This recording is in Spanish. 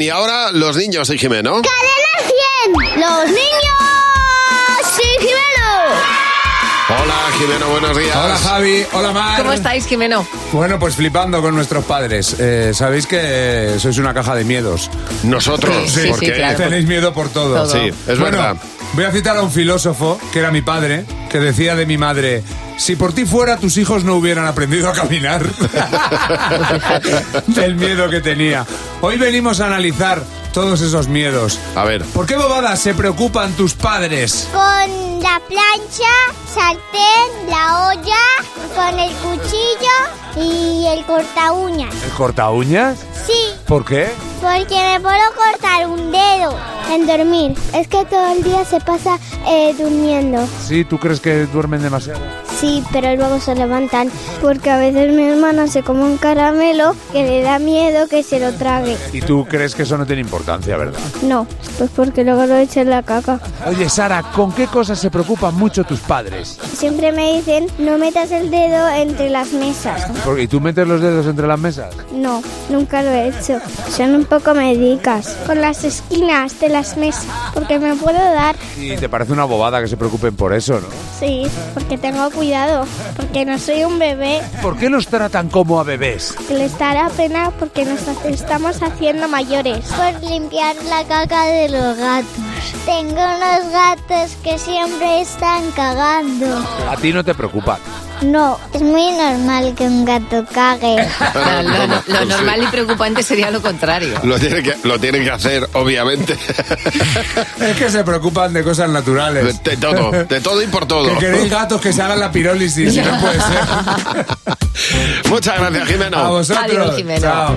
Y ahora los niños de Jimeno. ¡Cadena 100! ¡Los niños! ¡Sí, Hola Jimeno, buenos días. Hola Javi, hola Mar. Pues, ¿Cómo estáis, Jimeno? Bueno, pues flipando con nuestros padres. Eh, Sabéis que sois una caja de miedos. Nosotros, Sí, sí, porque sí, claro. Tenéis miedo por todo. Todo. Sí, es bueno, verdad. Voy a citar a un filósofo, que era mi padre, que decía de mi madre, si por ti fuera tus hijos no hubieran aprendido a caminar. Del miedo que tenía. Hoy venimos a analizar todos esos miedos. A ver. ¿Por qué bobadas se preocupan tus padres? Con la plancha, sartén, la olla, con el cuchillo y el corta uñas. ¿El corta uñas? Sí, ¿Por qué? porque me puedo cortar un dedo en dormir. Es que todo el día se pasa eh, durmiendo. Sí, ¿tú crees que duermen demasiado? Sí, pero luego se levantan porque a veces mi hermana se come un caramelo que le da miedo que se lo trague. ¿Y tú crees que eso no tiene importancia, verdad? No, pues porque luego lo echa en la caca. Oye, Sara, ¿con qué cosas se preocupan mucho tus padres? Siempre me dicen, no metas el dedo entre las mesas. ¿Y tú metes los dedos entre las mesas? No, nunca lo he hecho. Son un poco medicas. Con las esquinas de las mesas, porque me puedo dar. Y te parece una bobada que se preocupen por eso, ¿no? Sí, porque tengo cuidado, porque no soy un bebé. ¿Por qué los tratan como a bebés? que Les dará pena porque nos estamos haciendo mayores. Por limpiar la caca de los gatos. Tengo unos gatos que siempre están cagando. A ti no te preocupa. No, es muy normal que un gato cague. No, lo, lo- lo pues Sí. normal y preocupante sería lo contrario. Lo tienen que, lo tienen que hacer, obviamente. Es que se preocupan de cosas naturales. De todo, de todo y por todo. Que queréis gatos que se hagan la pirólisis, no puede ser. Muchas gracias, Jimeno. A vosotros. Adiós, Jimeno. Chao.